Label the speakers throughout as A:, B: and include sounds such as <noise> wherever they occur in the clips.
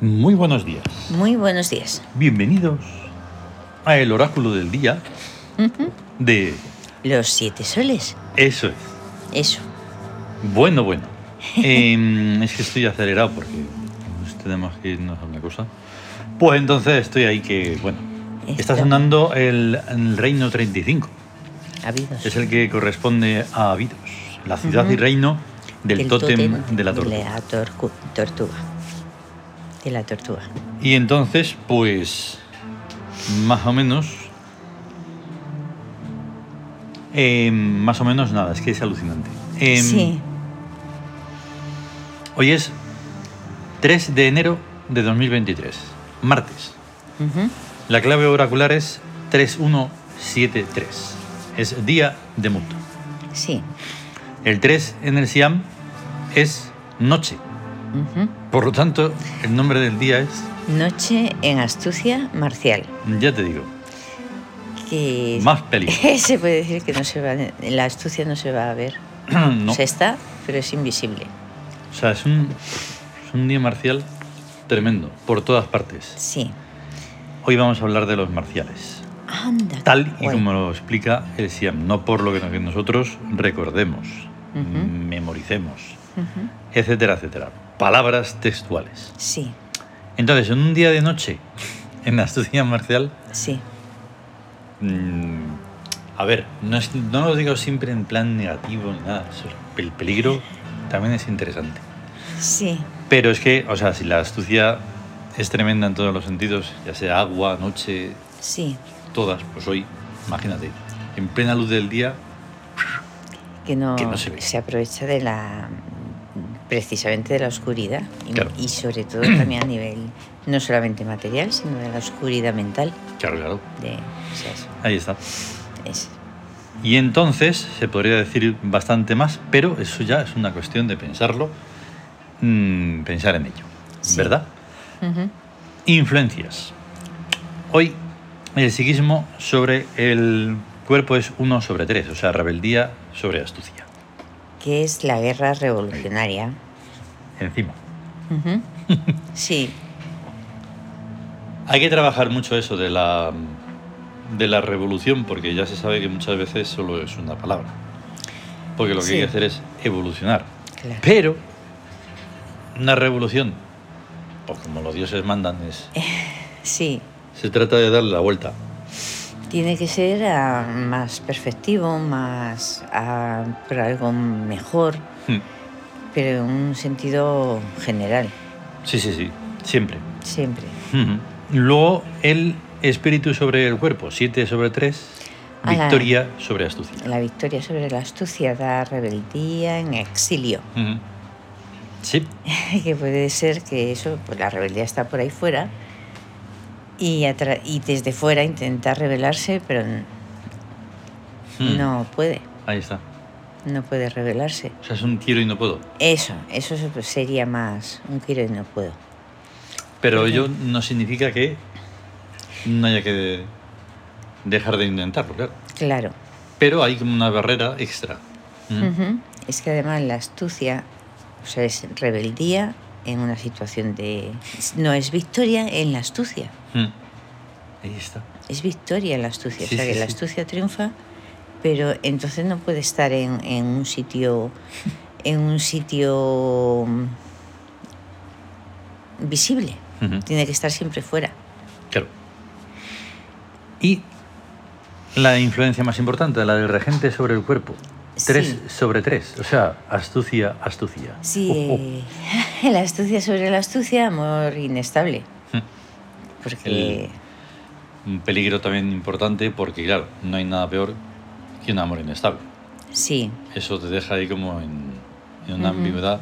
A: buenos días.
B: Muy buenos días.
A: Bienvenidos a el oráculo del día de
B: Los siete soles.
A: eso es.
B: Eso.
A: Bueno, <laughs> bueno. Em, es que estoy acelerado porque pues, tenemos que irnos a una cosa. Pues entonces estoy ahí que, bueno, está
B: Esto.
A: sonando el, el Reino 35.
B: Habidos.
A: Es el que corresponde a Abidos, la ciudad y reino del,
B: El
A: tótem, de la
B: De
A: torre.
B: la torcu- tortuga. De la tortuga.
A: Y entonces, pues, más o menos... em, más o menos nada, es que es alucinante. Em,
B: sí.
A: Hoy es 3 de enero de 2023, martes.
B: Ujú.
A: La clave oracular es 3173. Es día de muto.
B: Sí.
A: El 3 en el Siam es noche.
B: Ujú.
A: Por lo tanto, el nombre del día es,
B: Noche en astucia marcial.
A: ya te digo,
B: Que
A: más peligro. <clears throat>
B: <laughs> se puede decir que no se va, la astucia no se va a ver.
A: No.
B: O sea, está, pero es invisible.
A: O sea, es un, es un día marcial tremendo, por todas partes.
B: Sí.
A: Hoy vamos a hablar de los marciales,
B: Anda.
A: tal y
B: guay.
A: como lo explica el Siam, no por lo que que nosotros recordemos,
B: Ujú.
A: memoricemos,
B: Ujú.
A: etcétera, etcétera. Palabras textuales.
B: Sí,
A: Entonces, en un día de noche, <laughs> en la astucia marcial,
B: sí.
A: mm, a ver, no, es- no lo digo siempre en plan negativo ni nada, eso es- el peligro también es interesante.
B: Sí.
A: Pero es que, o sea, si la astucia es tremenda en todos los sentidos, ya sea agua, noche,
B: Sí.
A: todas, pues hoy, imagínate, en plena luz del día,
B: que no,
A: Que no se ve.
B: aprovecha de la precisamente de la oscuridad y,
A: Claro.
B: y sobre todo también a nivel no solamente material sino de la oscuridad mental
A: claro, claro,
B: de o sea, es-
A: ahí está.
B: es-
A: Y entonces se podría decir bastante más, pero eso ya es una cuestión de pensarlo, mm, pensar en ello,
B: Sí.
A: ¿verdad?
B: Ujú.
A: Influencias. Hoy el psiquismo sobre el cuerpo es 1 sobre 3, o sea, rebeldía sobre astucia.
B: que es la guerra revolucionaria
A: Encima.
B: Ujú. <laughs> sí
A: Hay que trabajar mucho eso de la, de la revolución, porque ya se sabe que muchas veces solo es una palabra. Porque lo que hay que
B: Sí.
A: hacer es evolucionar.
B: Claro.
A: Pero una revolución, o como los dioses mandan, es,
B: Eh. sí
A: se trata de darle la vuelta.
B: tiene que ser ah, más perfectivo más ah, por algo mejor
A: Hmm.
B: pero en un sentido general
A: Sí, sí, sí, siempre.
B: siempre
A: Ujú. Luego el espíritu sobre el cuerpo, 7 sobre 3,
B: Ala.
A: victoria sobre astucia.
B: La victoria sobre la astucia da rebeldía en exilio. <laughs>
A: Ujú. Sí,
B: que puede ser que eso, pues la rebeldía está por ahí fuera y, atra- y desde fuera intentar rebelarse, pero n-
A: Hmm.
B: no puede,
A: ahí está.
B: no puede rebelarse.
A: O sea, es un tiro y no puedo.
B: Eso, eso se- pues, sería más un quiero y no puedo.
A: Pero ello no significa que no haya que dejar de intentarlo, claro.
B: Claro.
A: Pero hay como una barrera extra. ¿Mm?
B: Ujú. Es que además la astucia, o sea, es rebeldía en una situación de... No es victoria en la astucia.
A: Mm. Ahí está.
B: Es victoria la astucia,
A: Sí,
B: o sea
A: sí,
B: que la
A: sí.
B: astucia triunfa, pero entonces no puede estar en, en un
A: <laughs>
B: sitio en un sitio mm, visible.
A: Ujú.
B: Tiene que estar siempre fuera.
A: Claro. Y la influencia más importante, la del regente sobre el cuerpo. 3
B: Sí.
A: sobre 3. O sea, astucia, astucia. Oh, Ojo.
B: Sí, eh. <laughs> la astucia sobre la astucia, amor inestable.
A: Mm.
B: Porque
A: Un peligro también importante porque, claro, no hay nada peor que un amor inestable.
B: sí,
A: Eso te deja ahí como en, en una
B: Ujú.
A: ambigüedad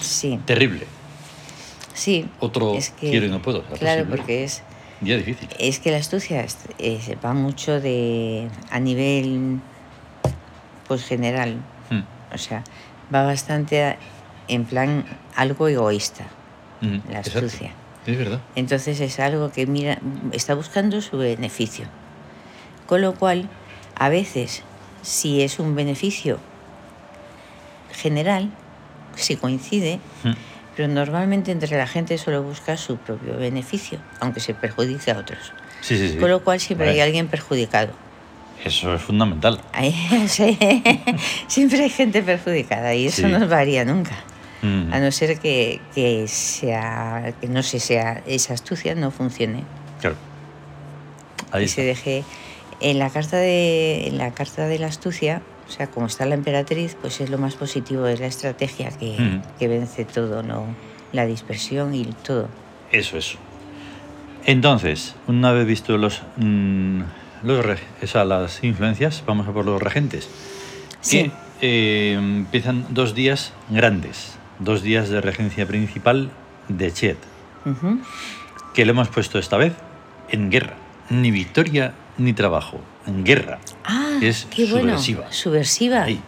B: sí,
A: terrible.
B: sí.
A: Otro
B: Es que-
A: quiero y no puedo. o sea,
B: Claro,
A: posible.
B: porque es
A: Día difícil.
B: Es que la astucia es- es- va mucho de a nivel pues general,
A: Mm.
B: o sea, va bastante a- en plan algo egoísta,
A: Mm.
B: la
A: Exacto.
B: astucia.
A: Es verdad.
B: Entonces es algo que mira está buscando su beneficio. Con lo cual, a veces si es un beneficio general, si coincide,
A: Mm.
B: pero normalmente entre la gente solo busca su propio beneficio, aunque se perjudique a otros.
A: Sí, sí, sí.
B: Con lo cual siempre
A: Vale.
B: hay alguien perjudicado.
A: Eso es fundamental.
B: Ahí, <laughs> sí, siempre hay gente perjudicada y eso
A: Sí.
B: no varía nunca.
A: Mm.
B: A no ser que, que sea, que no se sea, esa astucia no funcione
A: Claro. Ahí
B: y se
A: está.
B: deje en la carta de en la carta de la astucia o sea como está la emperatriz pues es lo más positivo es la estrategia que,
A: Mm.
B: que vence todo no la dispersión y todo
A: Eso es. Entonces, una vez visto los, mm, los re- esa, las influencias, vamos a por los regentes. Que
B: Sí.
A: eh, empiezan dos días grandes, dos días de regencia principal de Chet,
B: Ujú.
A: que le hemos puesto esta vez en guerra. Ni victoria ni trabajo, en guerra.
B: ah
A: Es
B: qué bueno
A: subversiva.
B: subversiva
A: Ahí,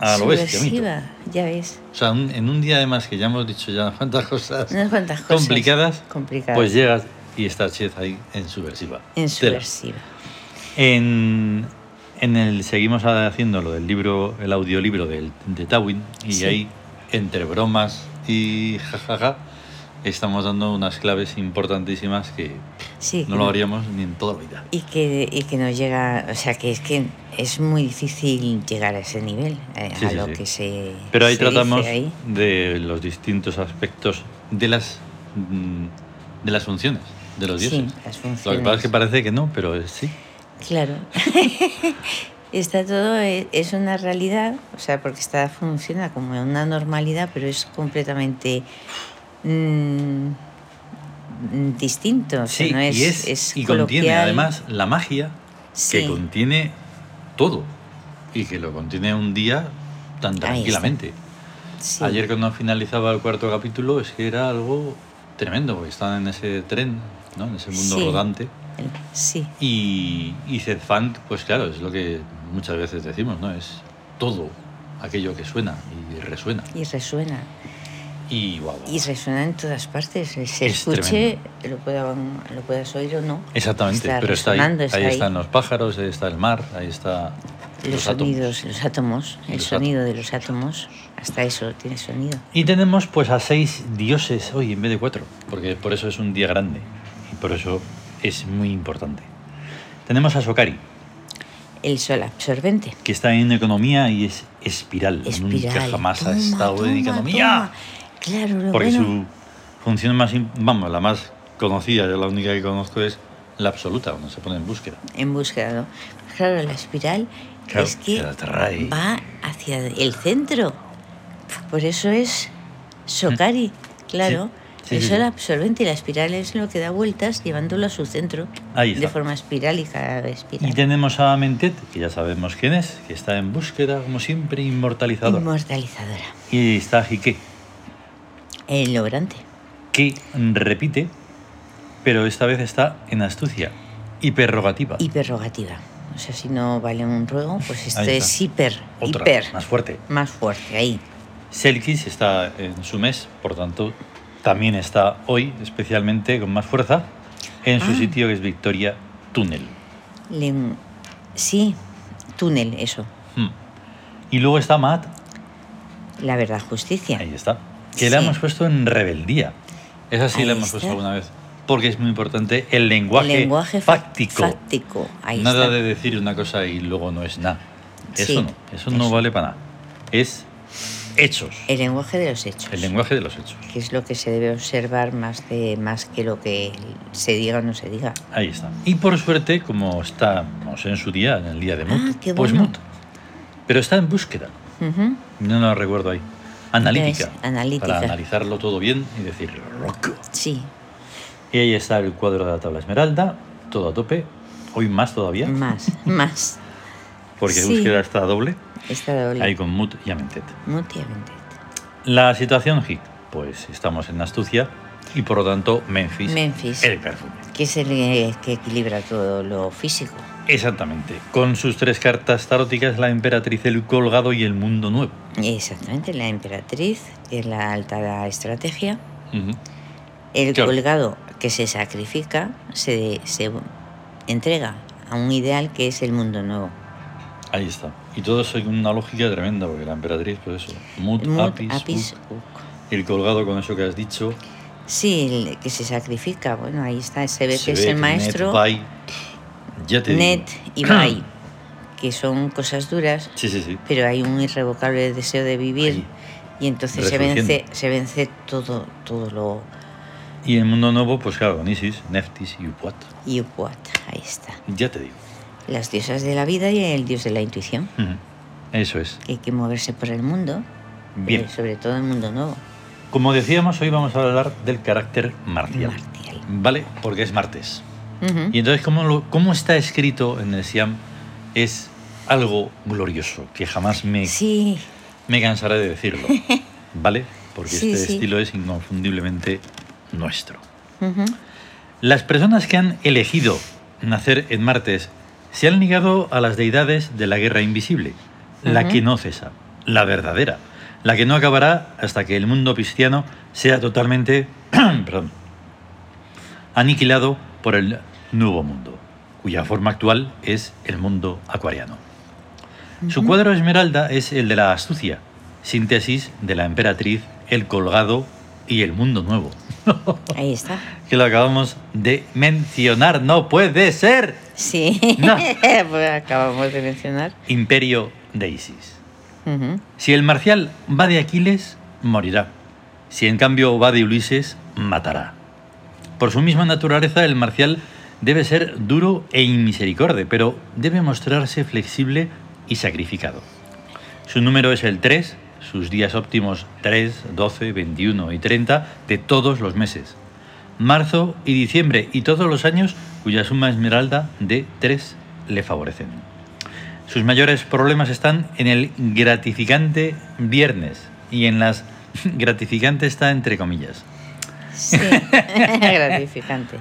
A: a lo
B: pues
A: bestia, mito.
B: subversiva ya ves
A: O sea, un- en un día además que ya hemos dicho ya cuántas cosas
B: unas cuantas cosas
A: complicadas,
B: complicadas
A: pues llegas y está Chet ahí en subversiva.
B: en
A: Tela.
B: subversiva
A: En, en el seguimos haciendo lo del libro, el audiolibro del, de Tawin, y
B: Sí.
A: ahí, entre bromas y jajaja, estamos dando unas claves importantísimas que
B: sí
A: no lo haríamos ni en toda la vida.
B: y que, y que no llega, o sea, que es que es muy difícil llegar a ese nivel, eh,
A: Sí,
B: a
A: sí,
B: lo
A: sí.
B: que se.
A: Pero ahí
B: se dice
A: tratamos
B: ahí.
A: de los distintos aspectos de las mm, de las funciones, de los
B: Sí,
A: dioses.
B: las
A: Lo que pasa es que
B: funciones.
A: parece que no, pero es- sí.
B: Claro. <laughs> está todo, e- es una realidad, o sea, porque está, funciona como una normalidad, pero es completamente mm, mm, distinto. o sea,
A: Sí,
B: no es,
A: y, es,
B: es
A: y contiene
B: coloquial.
A: además la magia
B: Sí.
A: que contiene todo y que lo contiene un día tan
B: está.
A: tranquilamente.
B: Sí.
A: Ayer cuando finalizaba el cuarto capítulo es que era algo tremendo, porque estaban en ese tren, ¿no? en ese mundo
B: Sí.
A: rodante.
B: El- Sí,
A: Y, y Zedfant, pues claro, es lo que muchas veces decimos, ¿no? Es todo aquello que suena y resuena.
B: y resuena.
A: Y guau. guau.
B: Y resuena en todas partes. Se
A: Es
B: escuche, lo, puedan, lo puedas oír o no.
A: Exactamente,
B: Está
A: pero está ahí.
B: resonando,
A: ahí
B: está ahí.
A: están los pájaros, ahí está el mar, ahí está
B: Los,
A: átomos.
B: sonidos, los átomos, el
A: Los
B: sonido de los átomos, hasta eso tiene sonido.
A: Y tenemos pues a seis dioses hoy en vez de cuatro, porque por eso es un día grande y por eso es muy importante. Tenemos a Sokari,
B: El sol absorbente.
A: que está en economía y es espiral.
B: Espiral.
A: Nunca jamás ha
B: Toma,
A: estado en
B: toma,
A: economía.
B: toma. Claro, lo
A: Porque
B: Ah, bueno.
A: su función más, im- vamos, la más conocida, yo la única que conozco es la absoluta, cuando se pone en búsqueda.
B: En búsqueda, ¿no? Claro, la espiral
A: Claro,
B: es que
A: que la trae.
B: va hacia el centro. Por eso es Sokari, claro.
A: Mm. Sí,
B: el
A: sí,
B: sol
A: sí.
B: absorbente y la espiral es lo que da vueltas llevándolo a su centro
A: Ahí está.
B: de forma espirálica.
A: Y
B: espiral.
A: tenemos a Mentet, que ya sabemos quién es, que está en búsqueda, como siempre, inmortalizador.
B: Inmortalizadora.
A: y está Jique,
B: El logrante.
A: que repite, pero esta vez está en astucia y prerrogativa.
B: Y prerrogativa. O sea, si no vale un ruego, pues
A: Ahí
B: este
A: está.
B: es hiper,
A: Otra,
B: hiper.
A: más fuerte.
B: Más fuerte, ahí.
A: Selkis está en su mes, por tanto, también está hoy, especialmente con más fuerza, en su
B: Ah.
A: sitio que es Victoria Túnel.
B: Len- Sí, túnel, eso.
A: Mm. Y luego está Maat,
B: La verdad, justicia.
A: ahí está, que la
B: Sí.
A: hemos puesto en rebeldía. Esa sí
B: Ahí
A: la hemos
B: está.
A: puesto alguna vez, porque es muy importante el lenguaje,
B: El lenguaje fa-
A: fáctico.
B: fáctico, ahí
A: nada
B: está.
A: de decir una cosa y luego no es nada. Eso
B: Sí,
A: no, eso no
B: eso.
A: vale para nada. Es hechos,
B: El lenguaje de los hechos.
A: el lenguaje de los hechos.
B: Que es lo que se debe observar más, de, más que lo que se diga o no se diga.
A: Ahí está. Y por suerte, como estamos en su día, en el día de Mut,
B: Ah, qué
A: pues
B: bueno.
A: Mut. Pero está en búsqueda,
B: Ujú.
A: no lo recuerdo ahí. Analítica.
B: Es analítica.
A: Para analizarlo todo bien y decir rock.
B: Sí,
A: Y ahí está el cuadro de la tabla esmeralda, todo a tope. Hoy más todavía, <laughs>
B: más, más.
A: porque
B: sí.
A: búsqueda está doble.
B: Esta doble.
A: Ahí con Mut y Amentet.
B: Mutuamente.
A: La situación hit, pues estamos en Astucia y por lo tanto Memphis,
B: Memphis.
A: el perfume.
B: Que es el eh, que equilibra todo lo físico.
A: Exactamente, con sus tres cartas taróticas, la emperatriz, el colgado y el mundo nuevo.
B: Exactamente, la emperatriz, que es la alta estrategia.
A: Ujú.
B: El
A: Claro.
B: colgado que se sacrifica se, se entrega a un ideal que es el mundo nuevo.
A: Ahí está. Y todo eso con una lógica tremenda, porque la emperatriz, pues eso, Mut,
B: Mut,
A: Apis,
B: apis,
A: Ut,
B: uc.
A: el colgado con eso que has dicho.
B: Sí, el que se sacrifica. Bueno, ahí está, se ve que
A: ve
B: es el
A: Ned
B: maestro.
A: Bai, ya te
B: Net
A: digo.
B: y Bai, que son cosas duras,
A: <clears throat> Sí, sí, sí.
B: pero hay un irrevocable deseo de vivir
A: Ahí.
B: y entonces se
A: Resurgiendo.
B: vence, se vence todo, todo lo
A: Y el mundo nuevo, pues claro, con Isis, Neftis y Upuat.
B: Yupuat. Ahí está.
A: Ya te digo.
B: Las diosas de la vida y el dios de la intuición,
A: Ujú. Eso es.
B: que hay que moverse por el mundo,
A: Bien.
B: pero sobre todo el mundo nuevo.
A: Como decíamos, hoy vamos a hablar del carácter marcial.
B: Marcial.
A: ¿Vale? Porque es martes.
B: Ujú.
A: Y entonces, ¿cómo, lo- cómo está escrito en el Siam? Es algo glorioso, que jamás me,
B: Sí,
A: me cansaré de
B: <laughs>
A: decirlo. ¿Vale? Porque
B: Sí,
A: este
B: sí.
A: estilo es inconfundiblemente nuestro.
B: ujú.
A: Las personas que han elegido nacer en martes se han ligado a las deidades de la guerra invisible, la
B: Ujú.
A: que no cesa, la verdadera, la que no acabará hasta que el mundo cristiano sea totalmente <clears throat> perdón, aniquilado por el nuevo mundo, cuya forma actual es el mundo acuariano. Su cuadro esmeralda es el de la astucia, síntesis de la emperatriz, el colgado y el mundo nuevo
B: ahí está.
A: que lo acabamos de mencionar. ¡No puede ser!
B: Sí,
A: No.
B: <laughs> pues acabamos de mencionar.
A: Imperio de Isis.
B: Ujú.
A: Si el marcial va de Aquiles, morirá. Si en cambio va de Ulises, matará. Por su misma naturaleza, el marcial debe ser duro e inmisericorde, pero debe mostrarse flexible y sacrificado. Su número es el 3, sus días óptimos 3, 12, 21 y 30 de todos los meses. Marzo y diciembre y todos los años cuya suma esmeralda de 3 le favorecen. Sus mayores problemas están en el gratificante viernes y en las <laughs> gratificante está entre comillas <laughs>
B: Sí, gratificante.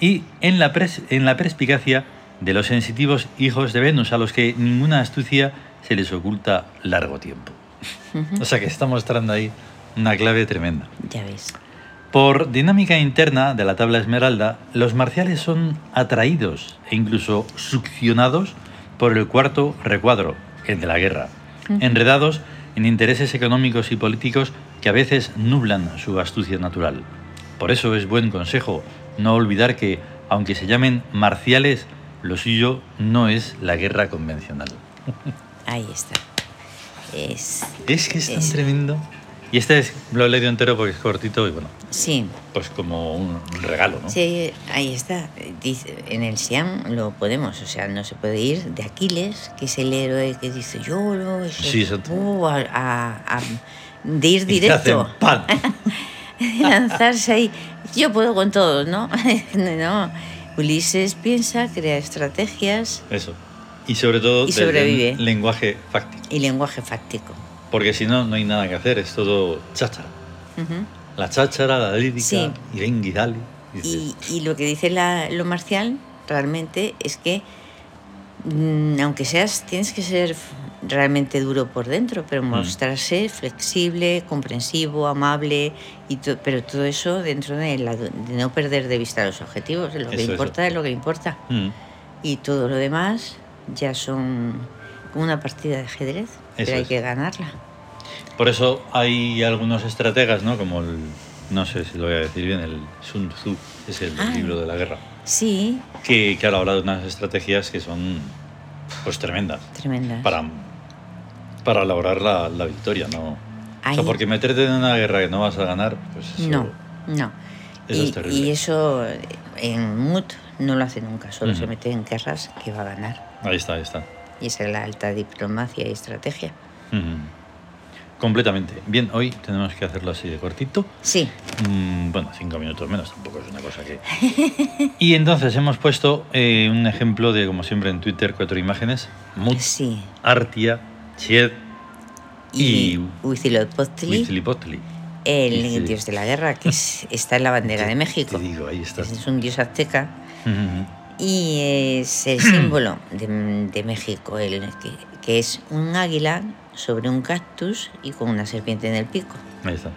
A: y en la, pres- en la perspicacia de los sensitivos hijos de Venus a los que ninguna astucia se les oculta largo tiempo.
B: Ujú.
A: O sea que está mostrando ahí una clave tremenda.
B: Ya ves.
A: Por dinámica interna de la tabla esmeralda, los marciales son atraídos e incluso succionados por el cuarto recuadro, el de la guerra, enredados en intereses económicos y políticos que a veces nublan su astucia natural. Por eso es buen consejo no olvidar que, aunque se llamen marciales, lo suyo no es la guerra convencional.
B: Ahí está. Es,
A: Es que es tan
B: Es-
A: tremendo. Y este es, lo he leído entero porque es cortito y bueno,
B: sí,
A: pues como un regalo, ¿no?
B: sí, ahí está. Dice, en el Siam lo podemos, o sea, no se puede ir de Aquiles, que es el héroe que dice yo lo he hecho
A: Sí, exacto.
B: tú", a- a- a- de ir
A: Y te hacen
B: directo,
A: ¡pam! <laughs>
B: de <laughs> lanzarse ahí. Yo puedo con todo, ¿no? <laughs> no. Ulises piensa, crea estrategias
A: Eso. Y sobre todo
B: Y
A: desde un
B: sobrevive.
A: lenguaje fáctico.
B: y lenguaje fáctico.
A: Porque si no, no hay nada que hacer, es todo cháchara.
B: Ujú.
A: La cháchara, la lírica,
B: Sí.
A: y venga y dale. Y dices,
B: Y, y lo que dice la- lo marcial realmente es que, mm, aunque seas, tienes que ser f- realmente duro por dentro, pero
A: Mm.
B: mostrarse flexible, comprensivo, amable, y to- pero todo eso dentro de, la- de no perder de vista los objetivos. Lo que
A: Eso, eso.
B: importa es lo que importa.
A: "Mm,
B: Y todo lo demás ya son como una partida de ajedrez,
A: Eso
B: pero hay
A: es.
B: que ganarla.
A: Por eso hay algunos estrategas, ¿no? Como el, no sé si lo voy a decir bien, el Sun Tzu, es el del
B: Ah.
A: libro de la guerra,
B: Sí,
A: que, que habla de unas estrategias que son pues tremendas
B: tremenda.
A: para, para lograr la, la victoria, ¿no? O sea,
B: Ahí-
A: porque meterte en una guerra que no vas a ganar, pues eso-
B: No, no.
A: Eso
B: y,
A: es terrible.
B: y eso eh, en Mut no lo hace nunca, solo
A: Ujú.
B: se mete en guerras que va a ganar.
A: Ahí está, ahí está.
B: Y esa es la alta diplomacia y estrategia.
A: Ujú. Completamente. Bien, hoy tenemos que hacerlo así de cortito.
B: Sí,
A: Mm, bueno, cinco minutos menos tampoco es una cosa que...
B: <laughs>
A: Y entonces hemos puesto eh, un ejemplo de, como siempre en Twitter, cuatro imágenes. Mut,
B: sí.
A: Artia, Chied,
B: Y,
A: Y-
B: Huitzilopochtli,
A: Huitzilopochtli.
B: el
A: Huitzili.
B: dios de la guerra, que es- está en
A: <laughs>
B: la bandera de México.
A: Te digo, ahí está.
B: Es un dios azteca
A: Ujú.
B: y es
A: <clears throat>
B: el símbolo de, de México, el, que, que es un águila sobre un cactus y con una serpiente en el pico.
A: Ahí está.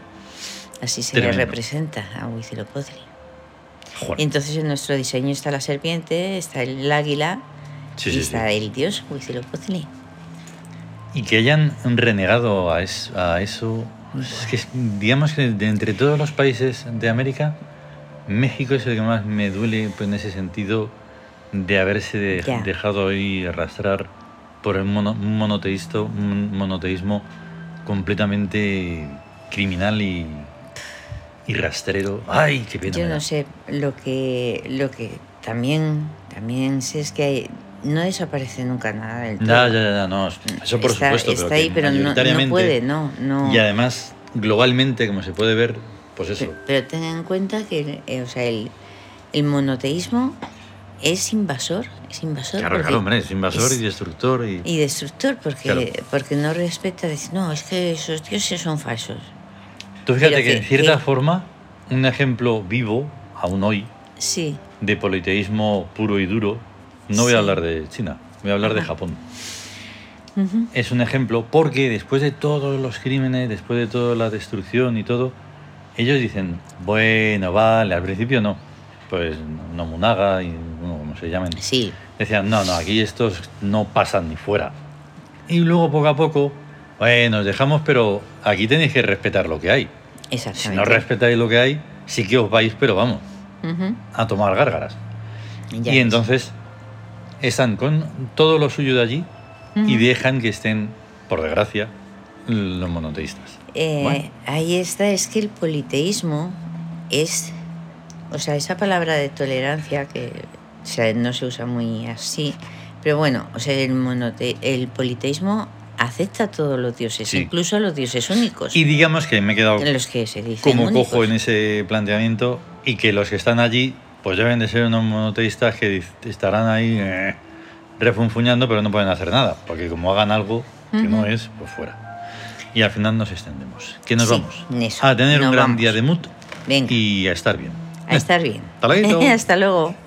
B: Así se
A: Tremendo.
B: le representa a Huitzilopochtli.
A: Joder.
B: Entonces en nuestro diseño está la serpiente, está el águila
A: Sí,
B: y
A: sí, sí.
B: está el dios Huitzilopochtli.
A: Y que hayan renegado a, es- a eso Es que, digamos que de entre todos los países de América, México es el que más me duele pues, en ese sentido de haberse de-
B: Ya.
A: dejado ahí arrastrar por el mono- un monoteísto, un monoteísmo completamente criminal y, y rastrero. ¡Ay, qué pena!
B: Yo
A: me da.
B: no sé, lo que, lo que también, también sé es que hay- no desaparece nunca nada del todo.
A: Ya, ya, ya, ya, no, eso por
B: está,
A: supuesto.
B: Está
A: que
B: ahí, pero no- no,
A: mayoritariamente-
B: puede, no. no.
A: Y además, globalmente, como se puede ver, pues eso.
B: Pe- Pero tengan en cuenta que eh, o sea, el, el monoteísmo es invasor, es invasor.
A: Claro,
B: porque-
A: claro, hombre, es invasor
B: es-
A: y destructor y...
B: Y destructor, porque,
A: Claro.
B: porque no respeta, dice, no, es que esos dioses son falsos.
A: Tú fíjate
B: Pero
A: que,
B: que-
A: en cierta
B: que-
A: forma, un ejemplo vivo, aún hoy,
B: Sí,
A: de politeísmo puro y duro, no voy
B: Sí.
A: a hablar de China, voy a hablar de
B: Ajá.
A: Japón.
B: Ujú.
A: Es un ejemplo porque después de todos los crímenes, después de toda la destrucción y todo, ellos dicen, bueno, vale, al principio no, pues Nomunaga y bueno, como se llamen.
B: sí,
A: Decían, no, no, aquí estos no pasan ni fuera. Y luego poco a poco, bueno, nos dejamos, pero aquí tenéis que respetar lo que hay. Si
B: exactamente.
A: no respetáis lo que hay, sí que os vais, pero vamos,
B: Ujú,
A: a tomar gárgaras.
B: ya
A: y
B: ves.
A: entonces están con todo lo suyo de allí y
B: Ujú.
A: dejan que estén, por desgracia, los monoteístas.
B: Eh,
A: Bueno.
B: Ahí está, es que el politeísmo es, o sea, esa palabra de tolerancia que o sea, no se usa muy así, pero bueno, o sea, el, monote, el politeísmo acepta a todos los dioses,
A: Sí.
B: incluso a los dioses únicos,
A: Y digamos que me he quedado
B: en los que se dice
A: como cojo en ese planteamiento y que los que están allí, pues deben de ser unos monoteístas que diz- estarán ahí eh, refunfuñando, pero no pueden hacer nada, porque como hagan algo que no
B: Ujú.
A: es, pues fuera. Y al final nos extendemos. Que nos
B: Sí,
A: vamos
B: eso,
A: a tener un
B: nos
A: gran
B: vamos.
A: día de mood
B: Venga,
A: y a estar bien.
B: a estar bien.
A: Hasta luego.
B: <laughs> Hasta luego.